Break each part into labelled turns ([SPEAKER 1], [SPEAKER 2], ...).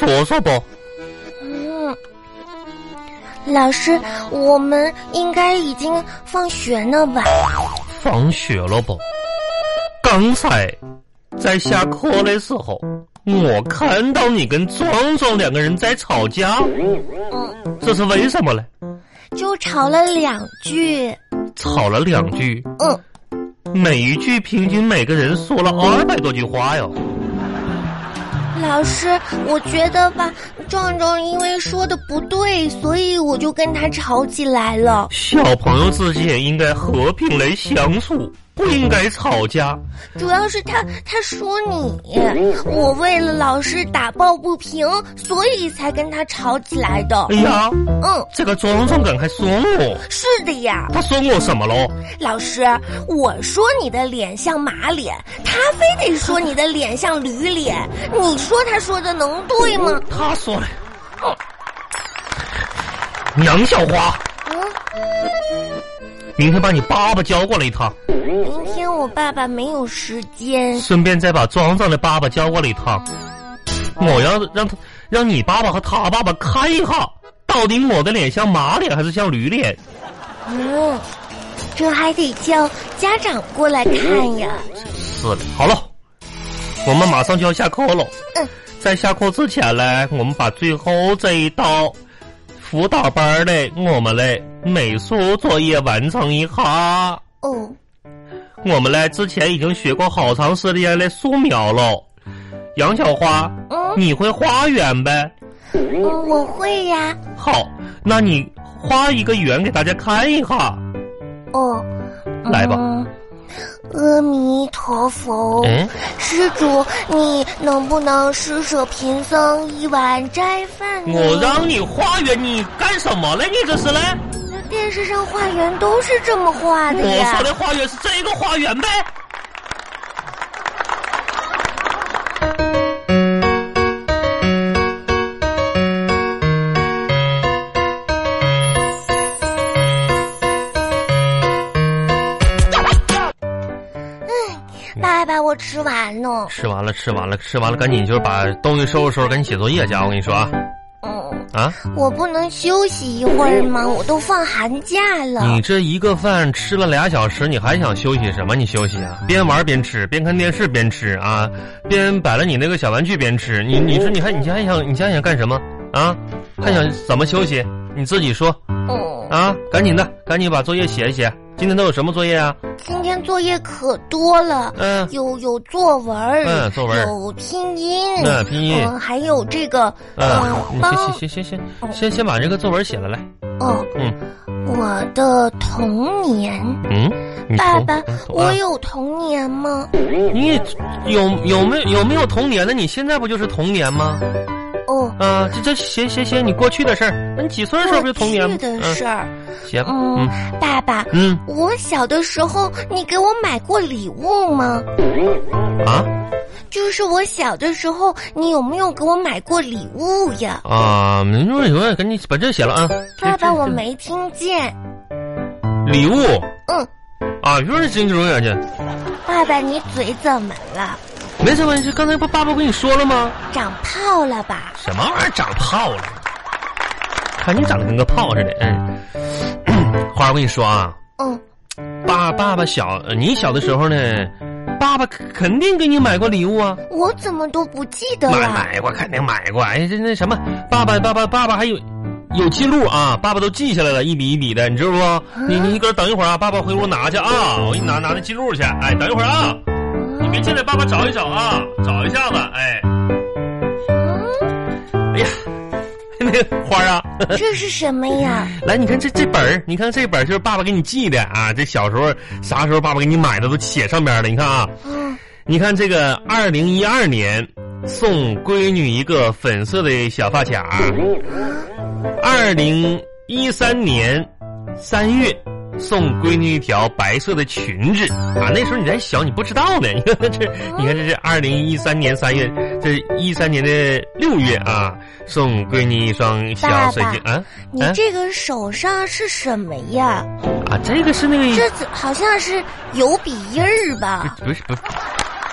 [SPEAKER 1] 咳嗽吧。
[SPEAKER 2] 嗯，老师，我们应该已经放学了吧？
[SPEAKER 1] 放学了吧？刚才在下课的时候，我看到你跟壮壮两个人在吵架，
[SPEAKER 2] 嗯，
[SPEAKER 1] 这是为什么呢？
[SPEAKER 2] 就吵了两句。
[SPEAKER 1] 吵了两句，
[SPEAKER 2] 嗯，
[SPEAKER 1] 每一句平均每个人说了二百多句话哟。
[SPEAKER 2] 老师，我觉得吧，壮壮因为说的不对，所以我就跟他吵起来了。
[SPEAKER 1] 小朋友之间应该和平来相处，不应该吵架。
[SPEAKER 2] 主要是他他说你，我为了老师打抱不平，所以才跟他吵起来的
[SPEAKER 1] 哎。呀，
[SPEAKER 2] 嗯，
[SPEAKER 1] 这个壮壮敢还说我，
[SPEAKER 2] 是的呀，
[SPEAKER 1] 他说我什么了？
[SPEAKER 2] 老师，我说你的脸像马脸，他非得说你的脸像驴脸，你说他说的能对吗？
[SPEAKER 1] 他说了，杨小花，
[SPEAKER 2] 嗯，
[SPEAKER 1] 明天把你爸爸叫过来一趟，
[SPEAKER 2] 明天我爸爸没有时间。
[SPEAKER 1] 顺便再把庄庄的爸爸叫过来一趟。我要让他让你爸爸和他爸爸看一下，到底我的脸像马脸还是像驴脸？
[SPEAKER 2] 嗯，这还得叫家长过来看呀。
[SPEAKER 1] 是的，好了，我们马上就要下课了。
[SPEAKER 2] 嗯，
[SPEAKER 1] 在下课之前呢，我们把最后这一道辅导班的我们的美术作业完成一下。
[SPEAKER 2] 哦，
[SPEAKER 1] 我们呢之前已经学过好长时间的素描了。杨小花，
[SPEAKER 2] 嗯，
[SPEAKER 1] 你会花园呗？
[SPEAKER 2] 嗯我会呀。
[SPEAKER 1] 好，那你画一个圆给大家看一下。
[SPEAKER 2] 哦，
[SPEAKER 1] 来吧
[SPEAKER 2] 嗯。阿弥陀佛，
[SPEAKER 1] 嗯，
[SPEAKER 2] 施主，你能不能施舍贫僧一碗斋饭呢？
[SPEAKER 1] 我让你画圆，你干什么嘞？你这是嘞？
[SPEAKER 2] 那电视上画圆都是这么画的
[SPEAKER 1] 我
[SPEAKER 2] 呀
[SPEAKER 1] 说。的花园是这个花园呗。
[SPEAKER 2] 嗯爸爸，我吃完了。
[SPEAKER 1] 吃完了，吃完了，吃完了，赶紧就是把东西收拾收拾，赶紧写作业去啊。我跟你说啊，
[SPEAKER 2] 嗯，
[SPEAKER 1] 啊，
[SPEAKER 2] 我不能休息一会儿吗？我都放寒假了
[SPEAKER 1] 你。这一个饭吃了俩小时，你还想休息什么？你休息
[SPEAKER 2] 嗯
[SPEAKER 1] 啊，边玩边吃，边看电视边吃啊，边摆了你那个小玩具边吃。你你说你还你还想你还想干什么啊？还想怎么休息？你自己说
[SPEAKER 2] 嗯，
[SPEAKER 1] 啊！赶紧的，赶紧把作业写一写。今天都有什么作业啊？
[SPEAKER 2] 今天作业可多了，
[SPEAKER 1] 嗯
[SPEAKER 2] 有有作文儿，
[SPEAKER 1] 嗯作文儿
[SPEAKER 2] 有拼音，
[SPEAKER 1] 嗯拼音
[SPEAKER 2] 嗯，还有这个，
[SPEAKER 1] 嗯，
[SPEAKER 2] 嗯，
[SPEAKER 1] 你
[SPEAKER 2] 帮，
[SPEAKER 1] 先先先先先先先把这个作文写了来。
[SPEAKER 2] 哦，
[SPEAKER 1] 嗯
[SPEAKER 2] 我的童年，
[SPEAKER 1] 嗯，你
[SPEAKER 2] 爸
[SPEAKER 1] 从
[SPEAKER 2] 爸
[SPEAKER 1] 嗯，从啊
[SPEAKER 2] 我有童年吗？
[SPEAKER 1] 你有有没有有没有童年呢？你现在不就是童年吗？
[SPEAKER 2] 哦，
[SPEAKER 1] 啊，这这写写写你过去的事儿，那你几岁的时候不
[SPEAKER 2] 过
[SPEAKER 1] 是童年
[SPEAKER 2] 去
[SPEAKER 1] 吗？
[SPEAKER 2] 的事儿，
[SPEAKER 1] 嗯，写吧。
[SPEAKER 2] 嗯
[SPEAKER 1] 嗯，
[SPEAKER 2] 爸爸，
[SPEAKER 1] 嗯
[SPEAKER 2] 我小的时候，你给我买过礼物吗？
[SPEAKER 1] 啊
[SPEAKER 2] 就是我小的时候，你有没有给我买过礼物呀？
[SPEAKER 1] 啊，没问题没问题，赶紧把这写了啊。这
[SPEAKER 2] 爸爸，
[SPEAKER 1] 这
[SPEAKER 2] 我
[SPEAKER 1] 这
[SPEAKER 2] 没听见。
[SPEAKER 1] 礼物
[SPEAKER 2] 嗯，
[SPEAKER 1] 啊，又是精致荣远去，
[SPEAKER 2] 爸爸，你嘴怎么了？
[SPEAKER 1] 没什么，这刚才不爸爸跟你说了吗？
[SPEAKER 2] 长泡了吧？
[SPEAKER 1] 什么玩意儿长泡了？看你长得跟个泡似的，嗯。花儿，我跟你说啊，
[SPEAKER 2] 嗯，
[SPEAKER 1] 爸爸爸小，呃你小的时候呢，爸爸肯定给你买过礼物啊。
[SPEAKER 2] 我怎么都不记得
[SPEAKER 1] 买
[SPEAKER 2] 了。
[SPEAKER 1] 买过，肯定买过。哎，这那什么，爸爸爸爸爸爸还有有记录啊，爸爸都记下来了，一笔一笔的，你知道不？你你搁这等一会儿啊，爸爸回屋拿去啊，我给你拿拿那记录去。哎，等一会儿啊，你别进来，爸爸找一找啊，找一下子。哎，
[SPEAKER 2] 嗯，
[SPEAKER 1] 哎呀，那个花儿啊，
[SPEAKER 2] 这是什么呀？
[SPEAKER 1] 来，你看这这本儿，你看这本儿就是爸爸给你记的啊，这小时候啥时候爸爸给你买的都写上边了，你看啊。
[SPEAKER 2] 嗯，
[SPEAKER 1] 你看这个，二零一二年送闺女一个粉色的小发卡，二零一三年三月送闺女一条白色的裙子啊。那时候你还小，你不知道呢。 你看这，你看这是二零一三年三月，这一三年的六月啊，送闺女一双小水晶啊
[SPEAKER 2] 你
[SPEAKER 1] 啊
[SPEAKER 2] 这个手上是什么呀？
[SPEAKER 1] 啊！这个是那个
[SPEAKER 2] 这怎好像是油笔印儿吧？
[SPEAKER 1] 不是不是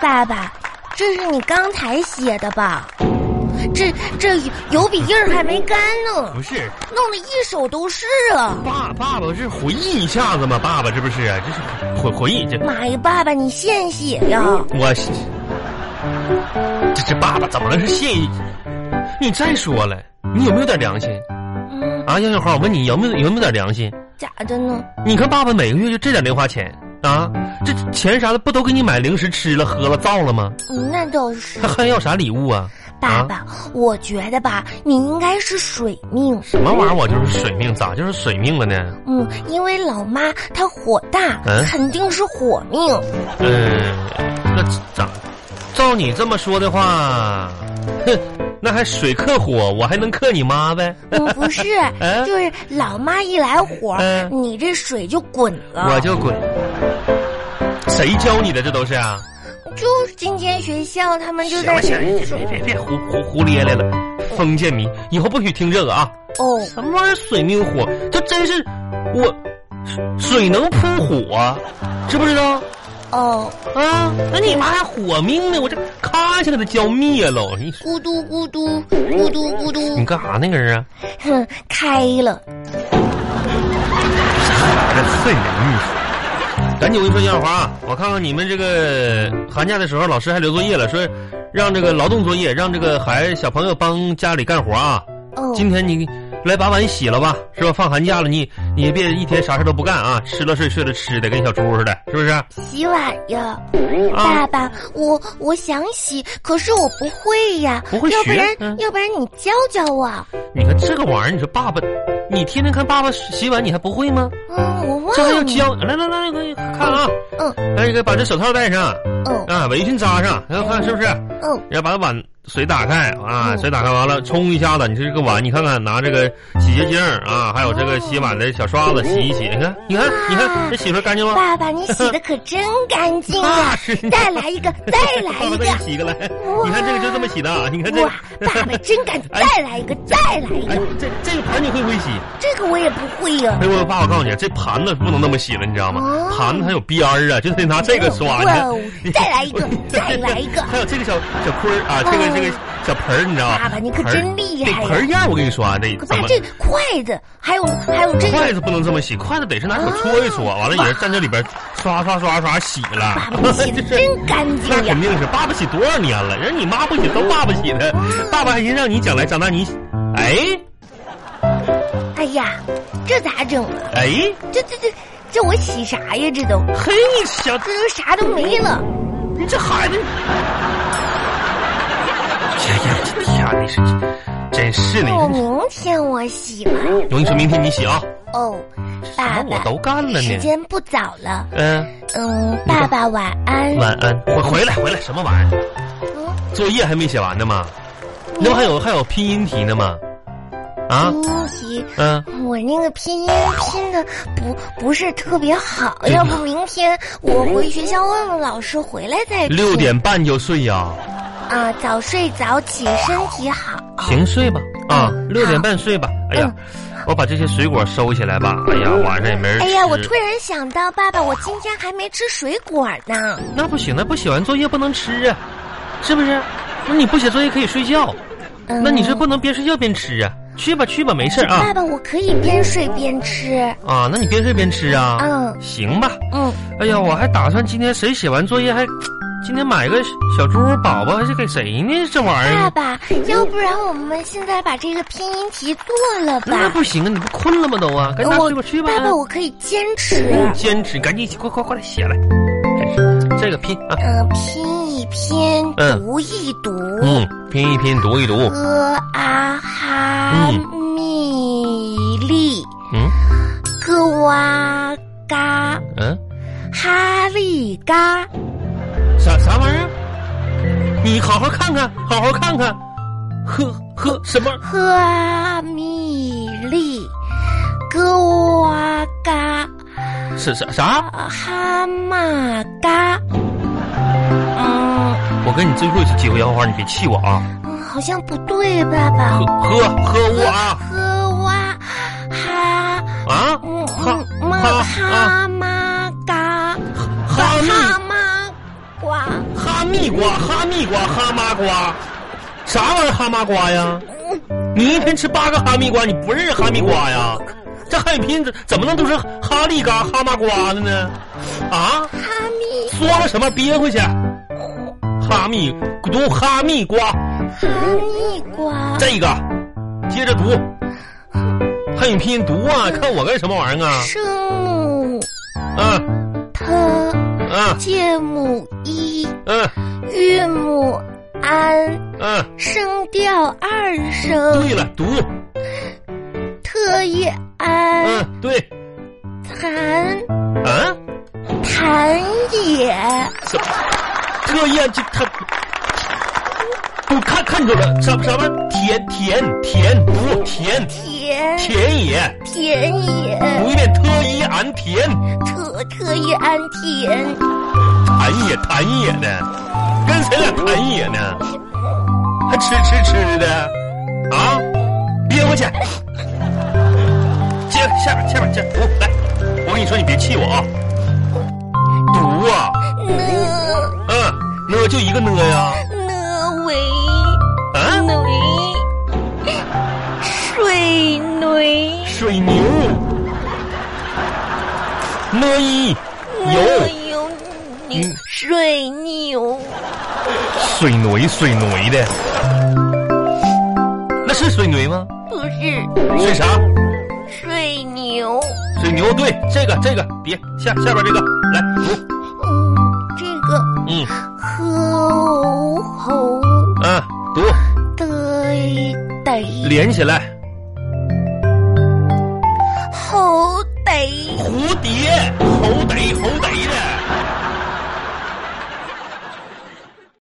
[SPEAKER 2] 爸爸，这是你刚才写的吧？这这油笔印儿还没干呢，
[SPEAKER 1] 不是，
[SPEAKER 2] 弄得一手都是啊！
[SPEAKER 1] 爸爸爸是回忆一下子嘛，爸爸这不是啊，这是回回忆这
[SPEAKER 2] 妈呀，爸爸你献血呀！
[SPEAKER 1] 我这这爸爸怎么了？是谢意？你再说了，你有没有点良心
[SPEAKER 2] 嗯，
[SPEAKER 1] 啊？杨小花，我问你有没有有没有点良心？
[SPEAKER 2] 咋的呢？
[SPEAKER 1] 你看爸爸每个月就这点零花钱啊，这钱啥的不都给你买零食吃了喝了造了吗？
[SPEAKER 2] 嗯那倒是
[SPEAKER 1] 他，还要啥礼物啊？
[SPEAKER 2] 爸爸，我觉得吧，你应该是水命。
[SPEAKER 1] 什么玩意儿？我就是水命，咋就是水命了呢？
[SPEAKER 2] 嗯，因为老妈她火大，
[SPEAKER 1] 嗯
[SPEAKER 2] 肯定是火命。
[SPEAKER 1] 嗯，那咋？照你这么说的话，哼，那还水克火，我还能克你妈呗？
[SPEAKER 2] 嗯，不是，
[SPEAKER 1] 嗯
[SPEAKER 2] 就是老妈一来火，
[SPEAKER 1] 嗯
[SPEAKER 2] 你这水就滚了。
[SPEAKER 1] 我就滚！谁教你的？这都是啊！
[SPEAKER 2] 就是今天学校他们就
[SPEAKER 1] 行
[SPEAKER 2] 在
[SPEAKER 1] 了行了，别别别胡胡胡咧咧了，封建迷，以后不许听这个啊！
[SPEAKER 2] 哦，
[SPEAKER 1] 什么玩意儿水命火？这真是我水能扑火，啊知不知道？
[SPEAKER 2] 哦，
[SPEAKER 1] 啊，那你妈还火命呢？我这咔一下给它浇灭了！你说
[SPEAKER 2] 咕嘟咕嘟，咕嘟咕
[SPEAKER 1] 你
[SPEAKER 2] 嘟，
[SPEAKER 1] 干啥呢？搁这啊？
[SPEAKER 2] 哼，开了。
[SPEAKER 1] 这恨人你！赶紧我跟你说，杨小花啊，我看看你们这个寒假的时候，老师还留作业了，说让这个劳动作业，让这个孩子小朋友帮家里干活啊。
[SPEAKER 2] 哦，
[SPEAKER 1] 今天你来把碗洗了吧，是吧？放寒假了，你你也别一天啥事都不干啊，吃了睡，睡了吃的，跟小猪似的，是不是？
[SPEAKER 2] 洗碗呀，
[SPEAKER 1] 啊
[SPEAKER 2] 爸，爸，我我想洗，可是我不会呀，
[SPEAKER 1] 不会
[SPEAKER 2] 要不
[SPEAKER 1] 学
[SPEAKER 2] 然、
[SPEAKER 1] 嗯
[SPEAKER 2] 要不然你教教我。啊
[SPEAKER 1] 你看这个玩意儿，你说爸爸，你天天看爸爸洗碗，你还不会吗？
[SPEAKER 2] 嗯，我
[SPEAKER 1] 这还要
[SPEAKER 2] 忘了。
[SPEAKER 1] 教？来来来，给我看啊，
[SPEAKER 2] 嗯
[SPEAKER 1] 来，这个把这手套戴上
[SPEAKER 2] 嗯
[SPEAKER 1] 啊，围裙扎上，然后看是不是？
[SPEAKER 2] 嗯，
[SPEAKER 1] 然后把碗水打开啊，
[SPEAKER 2] 嗯
[SPEAKER 1] 水打开完了冲一下子，你这个碗你看看，拿这个洗洁精啊，还有这个洗碗的小刷子洗一洗，你看你看你看这洗出来干净吗？
[SPEAKER 2] 爸爸，你洗的可真干 净
[SPEAKER 1] 那
[SPEAKER 2] 啊！
[SPEAKER 1] 是
[SPEAKER 2] 再来一个，再来
[SPEAKER 1] 爸
[SPEAKER 2] 一
[SPEAKER 1] 爸再。
[SPEAKER 2] 个
[SPEAKER 1] 给你洗一个来，你看这个就这么洗的啊，你看这
[SPEAKER 2] 哇，爸爸真敢！
[SPEAKER 1] 哎
[SPEAKER 2] 再来一个，再来一
[SPEAKER 1] 哎
[SPEAKER 2] 个，，
[SPEAKER 1] 这这个盘你会不会洗？
[SPEAKER 2] 这个我也不会呀、
[SPEAKER 1] 哎我爸，我告诉你，这盘子不能那么洗了，你知道吗
[SPEAKER 2] 哦？
[SPEAKER 1] 盘子还有边儿啊，就得拿这个刷。你
[SPEAKER 2] 哇
[SPEAKER 1] 看
[SPEAKER 2] 哦再 来一个再来一个
[SPEAKER 1] 还有这个小小坤儿啊，这个
[SPEAKER 2] 哦
[SPEAKER 1] 这个小盆儿，你知道吗？
[SPEAKER 2] 爸爸你可
[SPEAKER 1] 盆儿
[SPEAKER 2] 真厉害呀
[SPEAKER 1] 这盆儿样儿我跟你说啊，这
[SPEAKER 2] 可
[SPEAKER 1] 怎
[SPEAKER 2] 爸，
[SPEAKER 1] 么？
[SPEAKER 2] 哎这筷子还有还有这
[SPEAKER 1] 筷
[SPEAKER 2] 个，
[SPEAKER 1] 子不能这么洗，筷子得是拿手搓一搓，
[SPEAKER 2] 啊
[SPEAKER 1] 完了也是站这里边刷刷刷刷洗了
[SPEAKER 2] 爸爸你。 洗的
[SPEAKER 1] 这是
[SPEAKER 2] 真干
[SPEAKER 1] 那
[SPEAKER 2] 净呀
[SPEAKER 1] 肯！定是，爸爸洗多少年了？人你妈不洗，都爸爸洗的。
[SPEAKER 2] 嗯
[SPEAKER 1] 爸爸还寻让你将来长大你洗，哎
[SPEAKER 2] 哎呀，这咋整啊？
[SPEAKER 1] 哎，
[SPEAKER 2] 这这这这我洗啥呀？这都
[SPEAKER 1] 嘿小子，
[SPEAKER 2] 这都啥都没了。
[SPEAKER 1] 你这孩子，哎呀，我的天，你是真是的，
[SPEAKER 2] 那
[SPEAKER 1] 我
[SPEAKER 2] 我哦明天我洗吧。
[SPEAKER 1] 跟你说，明天你洗啊。
[SPEAKER 2] 哦，爸
[SPEAKER 1] 什么我
[SPEAKER 2] 爸，
[SPEAKER 1] 都干了
[SPEAKER 2] 时
[SPEAKER 1] 呢。
[SPEAKER 2] 间不早了，
[SPEAKER 1] 嗯，
[SPEAKER 2] 嗯，爸爸晚安。
[SPEAKER 1] 晚安，回回来回来，什么玩意儿？
[SPEAKER 2] 嗯
[SPEAKER 1] 作业还没写完呢吗？那不还有还有拼音题呢吗？啊，
[SPEAKER 2] 拼题，
[SPEAKER 1] 嗯，
[SPEAKER 2] 我那个拼音拼的不不是特别好，要不明天我回学校问问老师，回来再拼
[SPEAKER 1] 六点半就睡呀、
[SPEAKER 2] 啊，早睡早起，身体好。
[SPEAKER 1] 行，睡吧啊，
[SPEAKER 2] 嗯
[SPEAKER 1] 六点半睡吧。哎呀，我把这些水果收起来吧。哎呀，晚上也没人吃。
[SPEAKER 2] 哎呀，我突然想到，爸爸，我今天还没吃水果呢。
[SPEAKER 1] 那不行，那不写完作业不能吃啊，是不是？那你不写作业可以睡觉，
[SPEAKER 2] 嗯
[SPEAKER 1] 那你这不能边睡觉边吃啊。去吧去吧，没事啊
[SPEAKER 2] 爸爸，我可以边睡边吃。
[SPEAKER 1] 啊，那你边睡边吃啊。
[SPEAKER 2] 嗯
[SPEAKER 1] 行吧。
[SPEAKER 2] 嗯，
[SPEAKER 1] 哎呀，我还打算今天谁写完作业还，今天买个小猪宝宝还是给谁呢？这玩意
[SPEAKER 2] 爸
[SPEAKER 1] 儿。
[SPEAKER 2] 爸，要不然我们现在把这个拼音题做了
[SPEAKER 1] 那
[SPEAKER 2] 吧？
[SPEAKER 1] 不行啊！你不困了吗？都啊，赶紧拿水
[SPEAKER 2] 呃我
[SPEAKER 1] 果去吧。嗯
[SPEAKER 2] 爸爸，我可以坚持。
[SPEAKER 1] 坚持，赶紧快快快来写来，这个拼啊，
[SPEAKER 2] 嗯，拼一拼，
[SPEAKER 1] 嗯
[SPEAKER 2] 读一读。
[SPEAKER 1] 嗯，拼一拼，读一读，
[SPEAKER 2] 哥啊哈密利，
[SPEAKER 1] 嗯
[SPEAKER 2] 哥哇嘎
[SPEAKER 1] 嗯，
[SPEAKER 2] 哈利嘎，
[SPEAKER 1] 啥啥玩意儿？你好好看看，好好看看，呵呵什么？
[SPEAKER 2] 呵密利，哥哇嘎
[SPEAKER 1] 是啥啥？
[SPEAKER 2] 哈嘛嘎。嗯，
[SPEAKER 1] 我给你最后一次机会，杨花，你别气我啊！
[SPEAKER 2] 嗯好像不对，爸爸
[SPEAKER 1] 呵。呵呵我啊
[SPEAKER 2] 呵哇哈，
[SPEAKER 1] 啊！
[SPEAKER 2] 嗯
[SPEAKER 1] 哈
[SPEAKER 2] 嗯嘛
[SPEAKER 1] 哈
[SPEAKER 2] 哈嘛嘎，
[SPEAKER 1] 哈密
[SPEAKER 2] 哈嘛瓜。
[SPEAKER 1] 哈密瓜，哈密瓜，哈麻瓜，啥玩意儿哈密瓜呀？你一天吃八个哈密瓜，你不认识哈密瓜呀？这汉语拼音怎么能都是哈利嘎哈麻瓜的呢？啊，
[SPEAKER 2] 哈密
[SPEAKER 1] 说了什么憋回去？哈密读哈密瓜，
[SPEAKER 2] 哈密瓜，
[SPEAKER 1] 这个接着读，汉语拼音读啊！看我干什么玩意儿啊？
[SPEAKER 2] 声母
[SPEAKER 1] 嗯
[SPEAKER 2] 它
[SPEAKER 1] 嗯
[SPEAKER 2] 介母一，
[SPEAKER 1] 嗯
[SPEAKER 2] 韵母安，
[SPEAKER 1] 嗯，
[SPEAKER 2] 声调二声，
[SPEAKER 1] 对了，读，
[SPEAKER 2] 特一安，
[SPEAKER 1] 嗯对，
[SPEAKER 2] 弹
[SPEAKER 1] 啊，
[SPEAKER 2] 弹也，
[SPEAKER 1] 什么特意啊这他，我看看出来什么什么甜甜甜读甜
[SPEAKER 2] 田
[SPEAKER 1] 甜也
[SPEAKER 2] 田也，
[SPEAKER 1] 读一遍特一俺甜。
[SPEAKER 2] 特特一安田，
[SPEAKER 1] 谈野谈野呢，跟谁俩谈野呢？还吃吃吃的，啊，憋回去。接下边下边接读来，我跟你说你别气我啊。读啊，
[SPEAKER 2] 呢
[SPEAKER 1] 嗯，呢就一个呢呀，
[SPEAKER 2] 呢为
[SPEAKER 1] 啊，
[SPEAKER 2] 呢水呢。
[SPEAKER 1] 水牛，呢一
[SPEAKER 2] 我
[SPEAKER 1] 油，
[SPEAKER 2] 有牛水牛，
[SPEAKER 1] 水牛水牛的，那是水牛吗？
[SPEAKER 2] 不是
[SPEAKER 1] 水啥？
[SPEAKER 2] 水牛。
[SPEAKER 1] 水牛对，这个这个别下下边这个来读，
[SPEAKER 2] 嗯，这个
[SPEAKER 1] 嗯
[SPEAKER 2] 吼吼
[SPEAKER 1] 啊读
[SPEAKER 2] 的得
[SPEAKER 1] 连起来，
[SPEAKER 2] 吼得
[SPEAKER 1] 蝴蝶猴逮猴逮的，